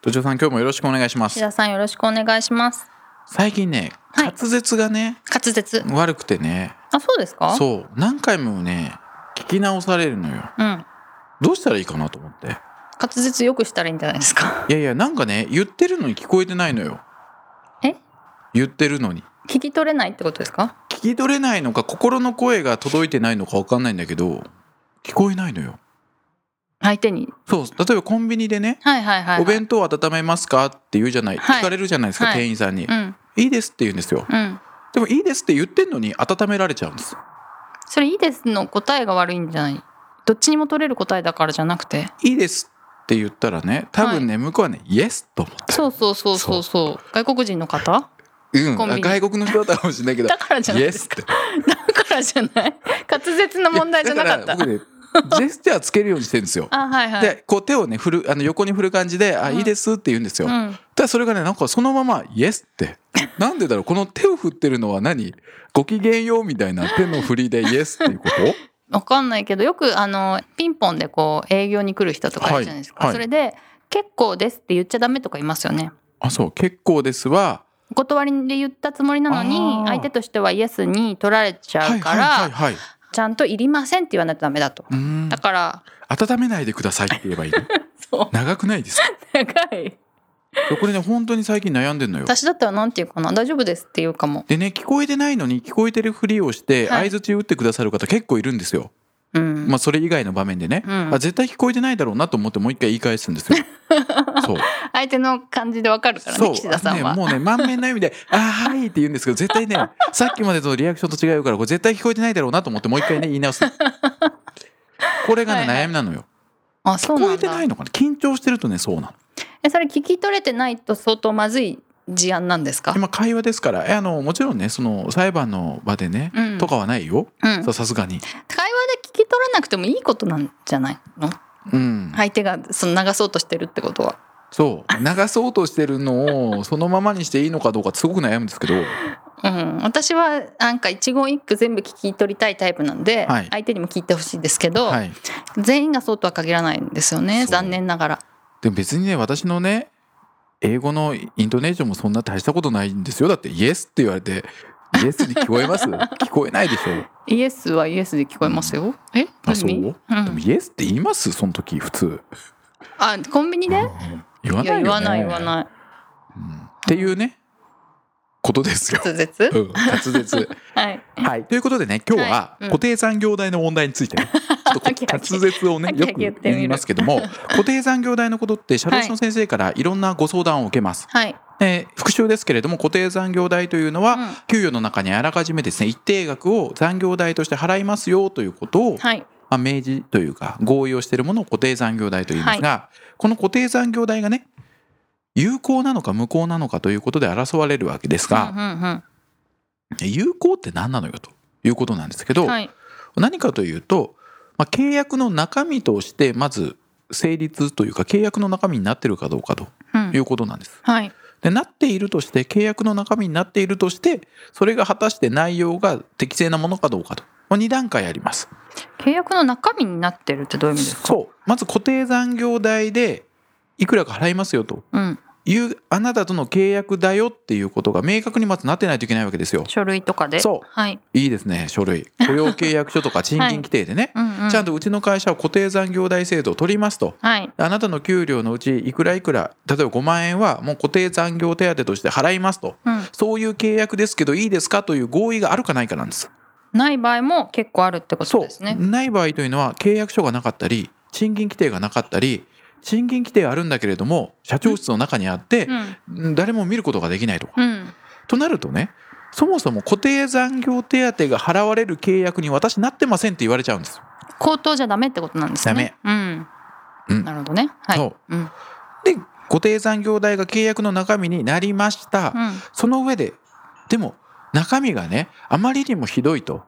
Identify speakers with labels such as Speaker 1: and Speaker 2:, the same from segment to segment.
Speaker 1: 土壌さん今日もよろしくお願いしま
Speaker 2: 岸
Speaker 1: す
Speaker 2: 田さんよろしくお願いします
Speaker 1: 最近ね
Speaker 2: はい
Speaker 1: 滑舌がね、
Speaker 2: 滑舌
Speaker 1: 悪くてね
Speaker 2: あそうですかう
Speaker 1: そう何回もね聞き直されるのよ
Speaker 2: ん
Speaker 1: どうしたらいいかなと思って
Speaker 2: 滑舌よくしたらいいんじゃないですか
Speaker 1: いやいやなんかね言ってるのに聞こえてないのよ
Speaker 2: え
Speaker 1: 言ってるのに
Speaker 2: 聞き取れないってことですか
Speaker 1: 聞き取れないのか心の声が届いてないのか分かんないんだけど聞こえないのよ
Speaker 2: 相手に
Speaker 1: そう例えばコンビニでね
Speaker 2: はいはいはい、はい、
Speaker 1: お弁当温めますかって言うじゃない、
Speaker 2: はい
Speaker 1: 聞かれるじゃないですか、
Speaker 2: はい
Speaker 1: 店員さんに、
Speaker 2: うん
Speaker 1: いいですって言うんですよ
Speaker 2: うん
Speaker 1: でもいいですって言ってんのに温められちゃうんです
Speaker 2: それいいですの答えが悪いんじゃないどっちにも取れる答えだからじゃなくて
Speaker 1: いいですって言ったらね多分ね、向こうはねイエスと思って
Speaker 2: そうそうそうそうそう外国人の方
Speaker 1: うん
Speaker 2: コンビ
Speaker 1: あ
Speaker 2: ニ
Speaker 1: 外国の人だったかもしれないけど
Speaker 2: だからじゃない
Speaker 1: イ
Speaker 2: で
Speaker 1: エス
Speaker 2: す
Speaker 1: っ
Speaker 2: か
Speaker 1: て
Speaker 2: だからじゃない滑舌の問題じゃなかった
Speaker 1: いやだら僕ねジェスチャーつけるようにしてるんですよ
Speaker 2: あはいはい
Speaker 1: でこう手をね振るあの横に振る感じで「あ
Speaker 2: うん
Speaker 1: いいです」って言うんですよ、
Speaker 2: う
Speaker 1: ただ
Speaker 2: ん、
Speaker 1: それがねなんかそのまま「イエス」ってなんでだろうこの手を振ってるのは何ごきげんようみたいな手の振りで「イエス」っていうこと
Speaker 2: わかんないけどよくあのピンポンでこう営業に来る人とかいるじゃないですか、
Speaker 1: はいはい
Speaker 2: それで「結構です」って言っちゃダメとかいますよね。
Speaker 1: あそう結構ですは
Speaker 2: お断りで言ったつもりなの
Speaker 1: あ
Speaker 2: に
Speaker 1: ー
Speaker 2: 相手としてはイエスに取られちゃ
Speaker 1: は
Speaker 2: う
Speaker 1: い
Speaker 2: か
Speaker 1: はい
Speaker 2: ら、
Speaker 1: はいはい
Speaker 2: ちゃんと「いりません」って言わないとダメだと。
Speaker 1: うーん
Speaker 2: だから
Speaker 1: 温めないでくださいって言えばいいの
Speaker 2: そう
Speaker 1: 長くないです か
Speaker 2: 長い
Speaker 1: そうこれね本当に最近悩んでんのよ
Speaker 2: 私だったらなんて言うかな「大丈夫です」って言うかも。
Speaker 1: でね聞こえてないのに聞こえてるふりをして
Speaker 2: はい
Speaker 1: 相づち打ってくださる方結構いるんですよ、
Speaker 2: うん、
Speaker 1: まあそれ以外の場面でね、
Speaker 2: うん
Speaker 1: あ絶対聞こえてないだろうなと思ってもう一回言い返す んですよそう
Speaker 2: 相手の感じでわかるからね
Speaker 1: そう
Speaker 2: 岸田さん
Speaker 1: あ
Speaker 2: は。
Speaker 1: のね、もうね満面の笑みで「あーはい」って言うんですけど絶 対ねさっきまでとリアクションと違うからこれ絶対聞こえてないだろうなと思ってもう一回ね言い直すのこれがね
Speaker 2: はいはい
Speaker 1: 悩みなのよ
Speaker 2: あそう
Speaker 1: 聞こ
Speaker 2: な
Speaker 1: え
Speaker 2: ん
Speaker 1: て
Speaker 2: だ
Speaker 1: ないのかな緊張してるとねそうなの
Speaker 2: えそれ聞き取れてないと相当まずい事案なんですか、
Speaker 1: 今会話ですからえあのもちろんねその裁判の場でね、
Speaker 2: うん
Speaker 1: とかはないよ
Speaker 2: うん、
Speaker 1: ささすがに
Speaker 2: 会話で聞き取らなくてもいいことなんじゃないの
Speaker 1: うん
Speaker 2: 相手がその流そうとしてるってことは
Speaker 1: そう流そうとしてるのをそのままにしていいのかどうかすごく悩むんですけど
Speaker 2: うん私はなんか一言一句全部聞き取りたいタイプなんで、
Speaker 1: はい
Speaker 2: 相手にも聞いてほしいですけど、
Speaker 1: はい
Speaker 2: 全員がそうとは限らないんですよ
Speaker 1: そ
Speaker 2: ね
Speaker 1: う
Speaker 2: 残念ながら
Speaker 1: でも別にね私のね英語のイントネーションもそんな大したことないんですよだって「イエス」って言われて「イエス」に聞こ えます聞こえないでしょ
Speaker 2: イエスはイエスで聞こえますよ、え
Speaker 1: あそう、
Speaker 2: 何
Speaker 1: でも「
Speaker 2: ん、
Speaker 1: イエス」って言いますその時普通
Speaker 2: あコンビニで、
Speaker 1: 言わな
Speaker 2: や
Speaker 1: いいよ、ね、
Speaker 2: 言わない言わ
Speaker 1: い、
Speaker 2: ない
Speaker 1: っていうねことですよ、
Speaker 2: 滑舌
Speaker 1: うん、滑舌
Speaker 2: はい
Speaker 1: はい、ということでね今日は
Speaker 2: はいうん
Speaker 1: 固定産業代の問題について ね、ちょっと
Speaker 2: オッケーオッケー
Speaker 1: 滑舌をね
Speaker 2: オッケーオッケ
Speaker 1: よ
Speaker 2: ー
Speaker 1: く
Speaker 2: 言ってみる
Speaker 1: 言いますけども固定産業代のことって社労士の先生からいろんなご相談を受けます、
Speaker 2: はい、
Speaker 1: えー復習ですけれども固定残業代というのは、
Speaker 2: うん
Speaker 1: 給与の中にあらかじめですね一定額を残業代として払いますよということを、
Speaker 2: はい、
Speaker 1: まあ、明示というか合意をしているものを固定残業代と言いますが、この固定残業代がね有効なのか無効なのかということで争われるわけです
Speaker 2: う
Speaker 1: が
Speaker 2: ん、うん
Speaker 1: 有効って何なのよということなんですけ
Speaker 2: う
Speaker 1: ど、
Speaker 2: ん、はい
Speaker 1: 何かというと、まあ、契約の中身としてまず成立というか契約の中身になっているかどうかと
Speaker 2: うん
Speaker 1: いうことなんです。
Speaker 2: はい
Speaker 1: でなっているとして契約の中身になっているとしてそれが果たして内容が適正なものかどうかと。2段階あります
Speaker 2: 契約の中身になってるってどういう意味ですか
Speaker 1: そうまず固定残業代でいくらか払いますよと
Speaker 2: うん、
Speaker 1: いうあなたとの契約だよっていうことが明確にまずなってないといけないわけですよ。
Speaker 2: 書類とかで
Speaker 1: そう
Speaker 2: はい、
Speaker 1: いいですね書類雇用契約書とか賃金規定 でね、
Speaker 2: うんうん、
Speaker 1: ちゃんとうちの会社は固定残業代制度を取りますと
Speaker 2: はい
Speaker 1: あなたの給料のうちいくらいくら例えば5万円はもう固定残業手当として払いますと
Speaker 2: うん、
Speaker 1: そういう契約ですけどいいですかという合意があるかないかなんです。
Speaker 2: ない場合も結構あるってことですね。
Speaker 1: ない場合というのは契約書がなかったり賃金規定がなかったり賃金規定あるんだけれども社長室の中にあって
Speaker 2: うん、
Speaker 1: 誰も見ることができないとか。
Speaker 2: うん、
Speaker 1: となるとねそもそも固定残業手当が払われる契約に私なってませんって言われちゃうんです。
Speaker 2: 口頭じゃダメってことなんですね。ダメ。うん、
Speaker 1: うん
Speaker 2: なるほどね。はい。
Speaker 1: そ
Speaker 2: う
Speaker 1: う
Speaker 2: ん、
Speaker 1: で固定残業代が契約の中身になりました、
Speaker 2: うん
Speaker 1: その上ででも中身がねあまりにもひどいと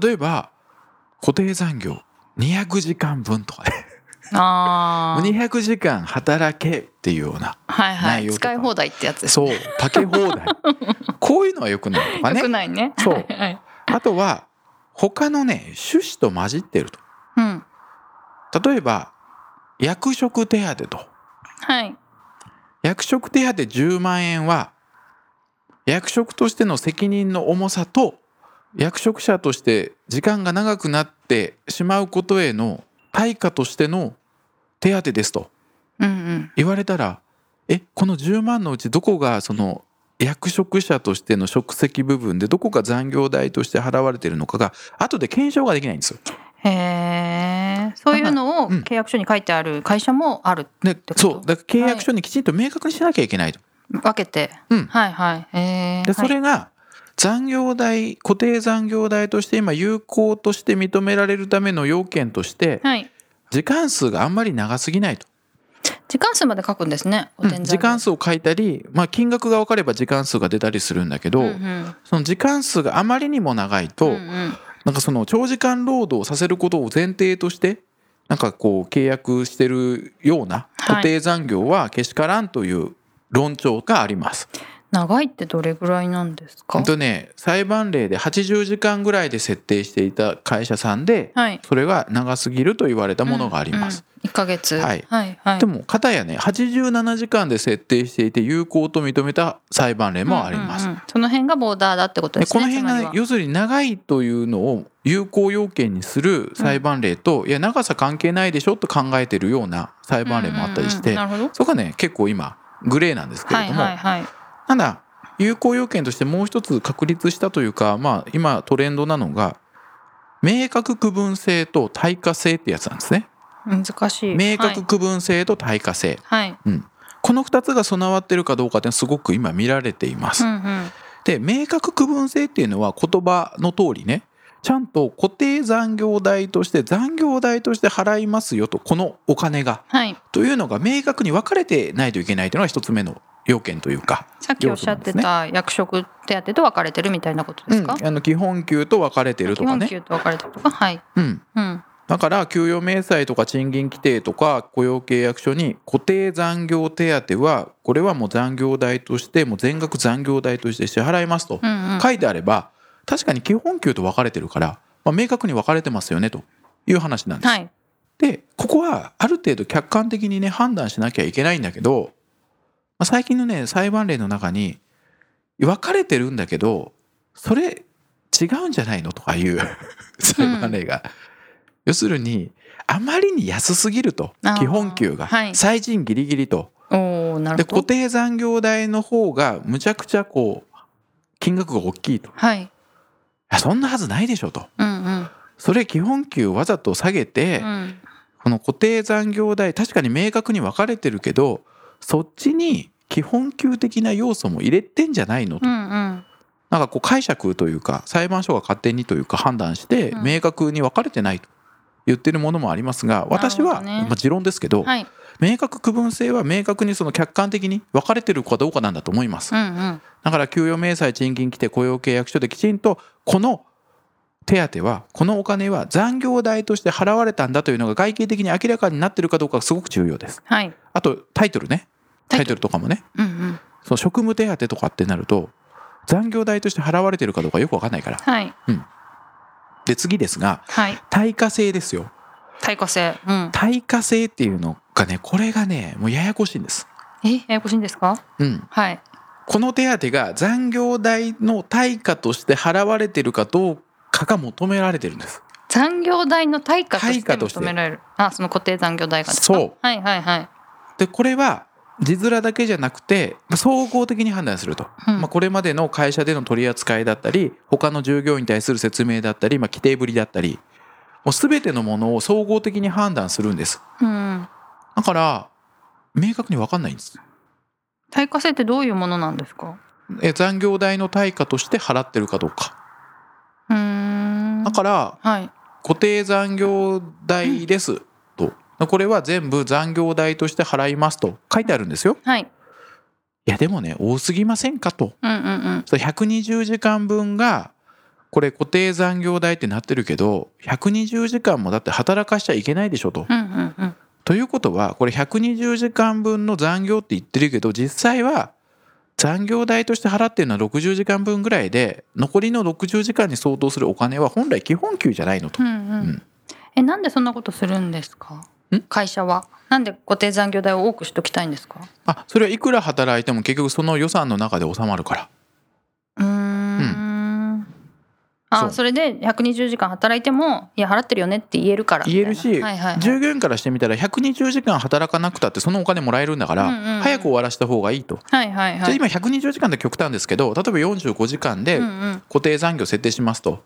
Speaker 1: 例えば固定残業200時間分とかね
Speaker 2: あー
Speaker 1: 200時間働けっていうような
Speaker 2: はいは
Speaker 1: 内
Speaker 2: い
Speaker 1: 容とか
Speaker 2: 使い放題ってやつです
Speaker 1: そう竹放 題こういうのはよくないとか
Speaker 2: よく
Speaker 1: ね
Speaker 2: ないね
Speaker 1: そう
Speaker 2: はいはい
Speaker 1: あとは他のね趣旨と混じってると
Speaker 2: うん
Speaker 1: 例えば役職手当と
Speaker 2: はい
Speaker 1: 役職手当10万円は役職としての責任の重さと役職者として時間が長くなってしまうことへの対価としての手当ですと
Speaker 2: うんうん
Speaker 1: 言われたらえこの10万のうちどこがその役職者としての職責部分でどこが残業代として払われてるのかが後で検証ができないんですよ。
Speaker 2: へえそういうのを
Speaker 1: うん
Speaker 2: 契約書に書いてある会社もある
Speaker 1: で
Speaker 2: こと
Speaker 1: そうだから契約書にきちんと明確にしなきゃいけないと。
Speaker 2: 分けて、
Speaker 1: うん
Speaker 2: はいはいへえ
Speaker 1: でそ
Speaker 2: はい
Speaker 1: れが残業代固定残業代として今有効として認められるための要件として
Speaker 2: はい
Speaker 1: 時間数があんまり長すぎないと、
Speaker 2: 時間数まで書くんですね
Speaker 1: うん時間
Speaker 2: 数
Speaker 1: 数を書いたり、まあ、金額が分かれば時間数が出たりするんだけど、
Speaker 2: うんうん
Speaker 1: その時間数があまりにも長いと、
Speaker 2: うんうん
Speaker 1: なんかその長時間労働をさせることを前提としてなんかこう契約してるような
Speaker 2: はい
Speaker 1: 固定残業はけしからんという論調があります。
Speaker 2: 長いってどれぐらいなんです
Speaker 1: ほ
Speaker 2: か
Speaker 1: んとね裁判例で80時間ぐらいで設定していた会社さんで、
Speaker 2: はい
Speaker 1: それが長すぎると言われたものがあります。
Speaker 2: 1ヶ月
Speaker 1: はい
Speaker 2: はいはい
Speaker 1: でも片やね87時間で設定していて有効と認めた裁判例もあります。
Speaker 2: うんうんうんその辺がボーダーだってこと
Speaker 1: で
Speaker 2: です
Speaker 1: こ
Speaker 2: ね
Speaker 1: の辺が
Speaker 2: つま
Speaker 1: ね
Speaker 2: りは
Speaker 1: 要するに長いというのを有効要件にする裁判例と、いや長さ関係ないでしょと考えてるような裁判例もあったりして、
Speaker 2: うんうんうんなるほど
Speaker 1: そこがね結構今グレーなんですけれ
Speaker 2: は
Speaker 1: ど
Speaker 2: い
Speaker 1: も、
Speaker 2: はいはい
Speaker 1: ただ有効要件としてもう一つ確立したというか、まあ、今トレンドなのが明確区分性と対価性ってやつなんですね。
Speaker 2: 難しい
Speaker 1: 明
Speaker 2: は
Speaker 1: 確
Speaker 2: い
Speaker 1: 区分性と対価性、
Speaker 2: はい
Speaker 1: この2つが備わってるかどうかってすごく今見られています
Speaker 2: う。んうん
Speaker 1: で明確区分性っていうのは言葉の通りねちゃんと固定残業代として残業代として払いますよとこのお金が
Speaker 2: はい
Speaker 1: というのが明確に分かれてないといけないというのが一つ目の要件というか
Speaker 2: さっきおっしゃってた役職手当と分かれてるみたいなことですか、
Speaker 1: うん、あの基本給と分かれてると
Speaker 2: 基
Speaker 1: か
Speaker 2: 本
Speaker 1: ね、
Speaker 2: 給と分かれてるとかはい
Speaker 1: うん、
Speaker 2: うん
Speaker 1: だから給与明細とか賃金規定とか雇用契約書に固定残業手当はこれはもう残業代としてもう全額残業代として支払いますと
Speaker 2: うんうん
Speaker 1: 書いてあれば確かに基本給と分かれてるから、まあ、明確に分かれてますよねという話なんです。
Speaker 2: はい
Speaker 1: でここはある程度客観的にね判断しなきゃいけないんだけど、まあ、最近のね裁判例の中に分かれてるんだけどそれ違うんじゃないのとかいう裁判例が、要するにあまりに安すぎると
Speaker 2: あー
Speaker 1: 基本給が、
Speaker 2: はい
Speaker 1: 最賃ギリギリと
Speaker 2: おおな
Speaker 1: で
Speaker 2: る
Speaker 1: 固
Speaker 2: ほど
Speaker 1: 定残業代の方がむちゃくちゃこう金額が大きいとい
Speaker 2: はい
Speaker 1: やそんなはずないでしょと
Speaker 2: うんうん
Speaker 1: それ基本給わざと下げて、
Speaker 2: うん
Speaker 1: この固定残業代確かに明確に分かれてるけどそっちに基本給的な要素も入れてんじゃないのと、
Speaker 2: うんうん
Speaker 1: なんかこう解釈というか裁判所が勝手にというか判断して
Speaker 2: うん
Speaker 1: 明確に分かれてないと言ってるものもありますが私
Speaker 2: なるほ
Speaker 1: は、
Speaker 2: どね
Speaker 1: まあ、持論ですけど、
Speaker 2: はい
Speaker 1: 明確区分性は明確にその客観的に分かれてるかどうかなんだと思います
Speaker 2: う。んうん
Speaker 1: だから給与明細賃金規定雇用契約書できちんとこの手当はこのお金は残業代として払われたんだというのが外形的に明らかになってるかどうかがすごく重要です。
Speaker 2: はい
Speaker 1: あとタイトルねタ
Speaker 2: タイ
Speaker 1: イト
Speaker 2: ト
Speaker 1: ルとかもね
Speaker 2: うんうん
Speaker 1: その職務手当とかってなると残業代として払われてるかどうかよくわかんないから。
Speaker 2: はい
Speaker 1: で次ですが
Speaker 2: はい
Speaker 1: 対価制ですよ。
Speaker 2: 対価制うん
Speaker 1: 対価制っていうのがねこれがねもうややこしいんです。
Speaker 2: えややこしいんですか
Speaker 1: うん、
Speaker 2: はい
Speaker 1: この手当が残業代の対価として払われてるかどうかが求められてるんです。
Speaker 2: 残業代の対価とし
Speaker 1: 対価
Speaker 2: て
Speaker 1: として
Speaker 2: 認められるあその固定残業代がですか
Speaker 1: そう
Speaker 2: はいはいはい
Speaker 1: でこれは字面だけじゃなくてまあ総合的に判断すると、
Speaker 2: うん
Speaker 1: まあ、これまでの会社での取り扱いだったり他の従業員に対する説明だったり、まあ、規定ぶりだったりもう全てのものを総合的に判断するんです
Speaker 2: うん
Speaker 1: だから明確に分かんないんです
Speaker 2: 対価制ってどういうものなんですか
Speaker 1: え残業代の対価として払ってるかどうか
Speaker 2: うーん
Speaker 1: だから
Speaker 2: はい
Speaker 1: 固定残業代ですとこれは全部残業代として払いますと書いてあるんですよ。
Speaker 2: はい。
Speaker 1: いやでもね多すぎませんかと。
Speaker 2: うんうんうん。
Speaker 1: それ120時間分がこれ固定残業代ってなってるけど120時間もだって働かしちゃいけないでしょと。
Speaker 2: うんうんうん。
Speaker 1: ということはこれ120時間分の残業って言ってるけど実際は残業代として払ってるのは60時間分ぐらいで残りの60時間に相当するお金は本来基本給じゃないのと
Speaker 2: う。んう
Speaker 1: うんん。
Speaker 2: え、なんでそんなことするんですか
Speaker 1: ん。
Speaker 2: 会社は。なんで固定残業代を多くしときたいんですか。
Speaker 1: あそれはいくら働いても結局その予算の中で収まるから。
Speaker 2: うーん。
Speaker 1: そ
Speaker 2: あ、
Speaker 1: う
Speaker 2: それで120時間働いても、いや、払ってるよねって言えるから。
Speaker 1: 言えるし
Speaker 2: みたいなはいはい、はい。
Speaker 1: 従業員からしてみたら120時間働かなくたってそのお金もらえるんだから
Speaker 2: うんうんうん
Speaker 1: 早く終わらせた方がいいと。
Speaker 2: はいはい
Speaker 1: じ
Speaker 2: は
Speaker 1: ゃあ
Speaker 2: い。
Speaker 1: 今120時間で極端ですけど例えば45時間で
Speaker 2: うんうん。
Speaker 1: 固定残業設定しますと。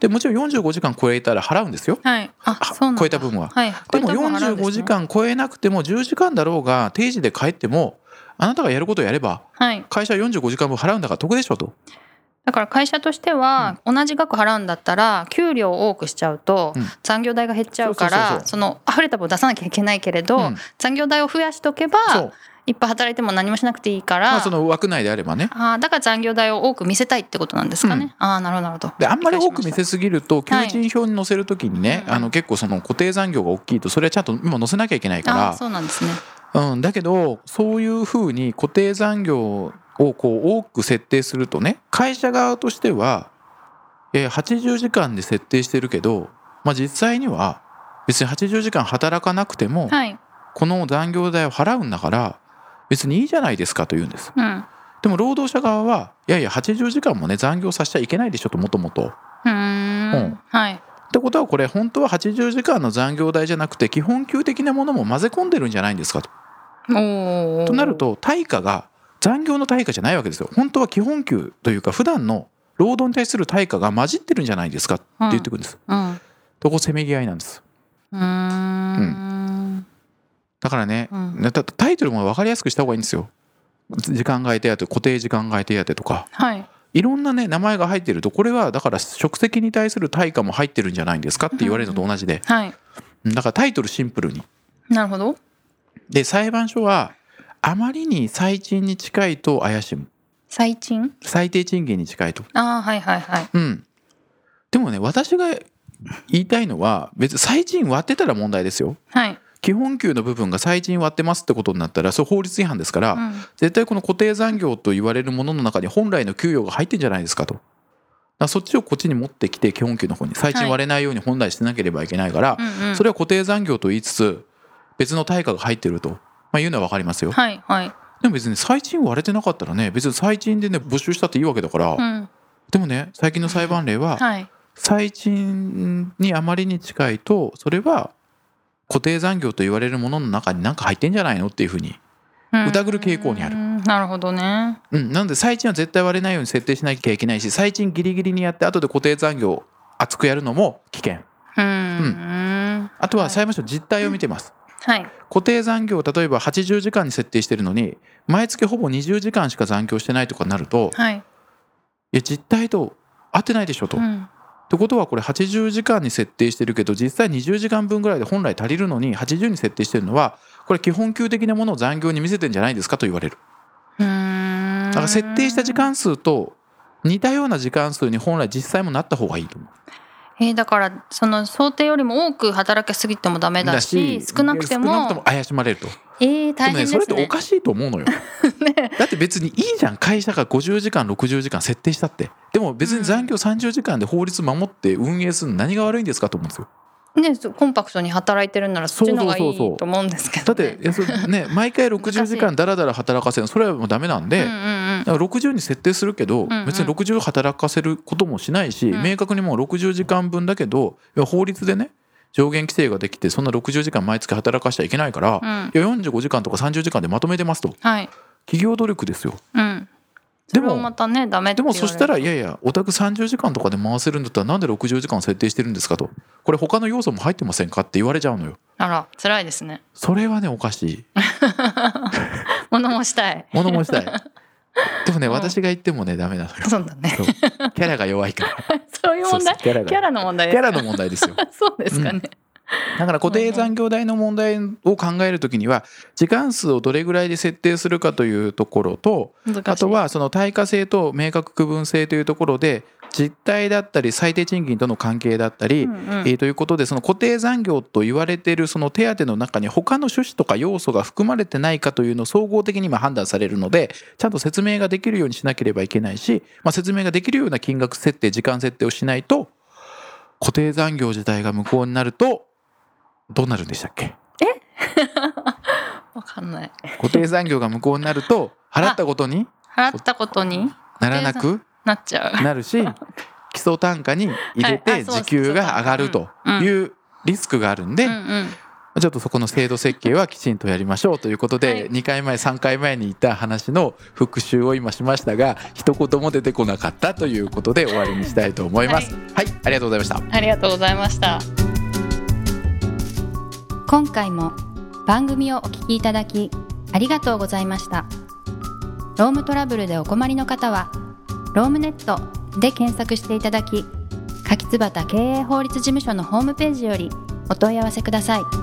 Speaker 1: でもちろん45時間超えたら払うんですよ。
Speaker 2: はい。あ、
Speaker 1: あ
Speaker 2: そうなんだ。
Speaker 1: 超えた分は
Speaker 2: はい。
Speaker 1: でも
Speaker 2: 超えた分払うんです
Speaker 1: 45
Speaker 2: ね
Speaker 1: 時。間超えなくても10時間だろうが定時で帰ってもあなたがやることをやれば
Speaker 2: はい。
Speaker 1: 会社は45時間分払うんだから得でしょと。
Speaker 2: だから会社としては同じ額払うんだったら給料を多くしちゃうと
Speaker 1: うん
Speaker 2: 残業代が減っちゃうか
Speaker 1: そうそうそう
Speaker 2: ら
Speaker 1: そう
Speaker 2: その溢れた分を出さなきゃいけないけれど
Speaker 1: うん
Speaker 2: 残業代を増やしとけば
Speaker 1: そう
Speaker 2: いっぱい働いても何もしなくていいか
Speaker 1: ま
Speaker 2: ら
Speaker 1: あその枠内であればね。
Speaker 2: あーだから残業代を多く見せたいってことなんですかね。ああなるほどなるほど。
Speaker 1: であんまり多く見せすぎると求
Speaker 2: はい
Speaker 1: 人票に載せるときにね、
Speaker 2: うん
Speaker 1: あの結構その固定残業が大きいとそれはちゃんと今載せなきゃいけない
Speaker 2: ああー
Speaker 1: か
Speaker 2: そうなんですね。
Speaker 1: らうん、だけどそういうふうに固定残業をこう多く設定するとね会社側としては、えー80時間で設定してるけど、まあ、実際には別に80時間働かなくても
Speaker 2: はい。
Speaker 1: この残業代を払うんだから別にいいじゃないですかと言うんです。
Speaker 2: うん。う
Speaker 1: でも労働者側はいやいや80時間もね残業させちゃいけないでしょともともと。
Speaker 2: ー
Speaker 1: うんん。
Speaker 2: はい。
Speaker 1: ってことはこれ本当は80時間の残業代じゃなくて基本給的なものも混ぜ込んでるんじゃないんですかと。
Speaker 2: おお。
Speaker 1: となる。と対価が残業の対価じゃないわけですよ。本当は基本給というか普段の労働に対する対価が混じってるんじゃないですかって言ってくるんです。
Speaker 2: うん。う
Speaker 1: とこせめぎ合いなんです。
Speaker 2: ーん。
Speaker 1: だからね、
Speaker 2: うん
Speaker 1: だタイトルも分かりやすくした方がいいんですよ。時間外手当固定時間外手当とか
Speaker 2: はい。
Speaker 1: いろんなね名前が入ってるとこれはだから職責に対する対価も入ってるんじゃないんですかって言われるのと同じで
Speaker 2: はい。
Speaker 1: うんだからタイトルシンプルに
Speaker 2: なるほど。
Speaker 1: で裁判所はあまりに最賃に近いと怪しむ
Speaker 2: 最賃。
Speaker 1: 最低賃金に近いと
Speaker 2: ああはいはいはい。
Speaker 1: うんでもね私が言いたいのは別に最賃割ってたら問題ですよ
Speaker 2: はい。
Speaker 1: 基本給の部分が最賃割ってますってことになったらそれ法律違反ですから、
Speaker 2: うん。
Speaker 1: 絶対この固定残業と言われるものの中に本来の給与が入ってんじゃないですかとだからそっちをこっちに持ってきて基本給の方に最賃割れないように本来してなければいけないから、
Speaker 2: うんうん
Speaker 1: それは固定残業と言いつつ別の対価が入ってると、まあ、いうのは分かりますよ
Speaker 2: はいはい。
Speaker 1: でも別に最賃割れてなかったらね別に最賃でね募集したっていいわけだから、
Speaker 2: うん。
Speaker 1: でもね最近の裁判例は
Speaker 2: はい。
Speaker 1: 最賃にあまりに近いとそれは固定残業と言われるものの中に何か入ってんじゃないのっていうふうに、
Speaker 2: うん
Speaker 1: 疑う傾向にある
Speaker 2: うんなるほどね。
Speaker 1: うん、なので最賃は絶対割れないように設定しなきゃいけないし最賃ギリギリにやって後で固定残業厚くやるのも危険
Speaker 2: うん。
Speaker 1: うあと
Speaker 2: は
Speaker 1: はい裁判所実態を見てます、
Speaker 2: はい。
Speaker 1: 固定残業を例えば80時間に設定してるのに毎月ほぼ20時間しか残業してないとかなると
Speaker 2: はい。
Speaker 1: いや実態と合ってないでしょと。
Speaker 2: う
Speaker 1: っ
Speaker 2: ん。
Speaker 1: てことはこれ80時間に設定してるけど実際20時間分ぐらいで本来足りるのに80に設定してるのはこれ基本給的なものを残業に見せてんじゃないですかと言われる。
Speaker 2: うん。
Speaker 1: だから設定した時。間数と似たような時間数に本来実際もなった方がいいと思う。
Speaker 2: えーだからその想定よりも多く働きすぎてもダメだし、少なくて
Speaker 1: 少なく
Speaker 2: も
Speaker 1: とも怪しまれると。
Speaker 2: えー大
Speaker 1: もね
Speaker 2: 変
Speaker 1: そ
Speaker 2: で
Speaker 1: れ
Speaker 2: す
Speaker 1: ってお
Speaker 2: ね。
Speaker 1: かしいと思うのよ。だって別にいいじゃん会社が50時間60時間設定したってでも別に残業30時間で法律守って運営するの何が悪いんですかと思うんですよ
Speaker 2: ね、そうコンパクトに働いてるんならそっちの方がい
Speaker 1: そう
Speaker 2: い
Speaker 1: そうそうそう
Speaker 2: と思うんですけ
Speaker 1: だ
Speaker 2: ど
Speaker 1: っ
Speaker 2: ね、
Speaker 1: ていやそれ ね毎回60時間ダラダラ働かせるのそれはもうダメなんで、
Speaker 2: うんうん
Speaker 1: だから60に設定するけど、
Speaker 2: んうん
Speaker 1: 別に60働かせることもしないし、
Speaker 2: ん
Speaker 1: 明確にもう60時間分だけどいや法律でね上限規制ができてそんな60時間毎月働かしちゃいけないから、
Speaker 2: うん
Speaker 1: いや45時間とか30時間でまとめてますと
Speaker 2: うん、はい、
Speaker 1: 企業努力ですよ
Speaker 2: うん、そ
Speaker 1: で
Speaker 2: れ
Speaker 1: も
Speaker 2: もまたねダメって
Speaker 1: で
Speaker 2: 言わ
Speaker 1: も
Speaker 2: れ
Speaker 1: そしたらいやいやお宅30時間とかで回せるんだったらなんで60時間設定してるんですかとこれ他の要素も入ってませんかって言われちゃうのよ
Speaker 2: あら辛いですね
Speaker 1: それはねおかしい
Speaker 2: 物もしたい
Speaker 1: 物申したいでもね
Speaker 2: うん
Speaker 1: 私が言ってもねダメ なのよ
Speaker 2: そうだね
Speaker 1: そうキャラが弱いから
Speaker 2: そういう
Speaker 1: そう
Speaker 2: 問
Speaker 1: そう
Speaker 2: 題
Speaker 1: キャラが
Speaker 2: キャラの問題
Speaker 1: キャラの問題ですよ
Speaker 2: そうですかね、
Speaker 1: だから固定残業代の問題を考えるときには時間数をどれぐらいで設定するかというところと
Speaker 2: 難しい
Speaker 1: あとはその対価性と明確区分性というところで実態だったり最低賃金との関係だったり、
Speaker 2: うんうん
Speaker 1: えーということでその固定残業と言われているその手当の中に他の趣旨とか要素が含まれてないかというのを総合的に今判断されるのでちゃんと説明ができるようにしなければいけないし、まあ、説明ができるような金額設定時間設定をしないと固定残業自体が無効になるとどうなるんでした っけ
Speaker 2: わかんない
Speaker 1: 固定残業が無効になると払ったことに
Speaker 2: 払ったことに
Speaker 1: ならなく
Speaker 2: なっちゃう
Speaker 1: なるし基礎単価に入れ
Speaker 2: はい
Speaker 1: て
Speaker 2: あそう
Speaker 1: 時給が上がるというリスクがあるんで
Speaker 2: うんうん
Speaker 1: ちょっとそこの制度設計はきちんとやりましょうということ
Speaker 2: はい
Speaker 1: で2回前3回前に言った話の復習を今しましたが一言も出てこなかったということで終わりにしたいと思います。はい、ありがとうございました
Speaker 2: ありがとうございました今回も番組をお聞きいただきありがとうございましたロームトラブルでお困りの方はロームネットで検索していただき柿椿経営法律事務所のホームページよりお問い合わせください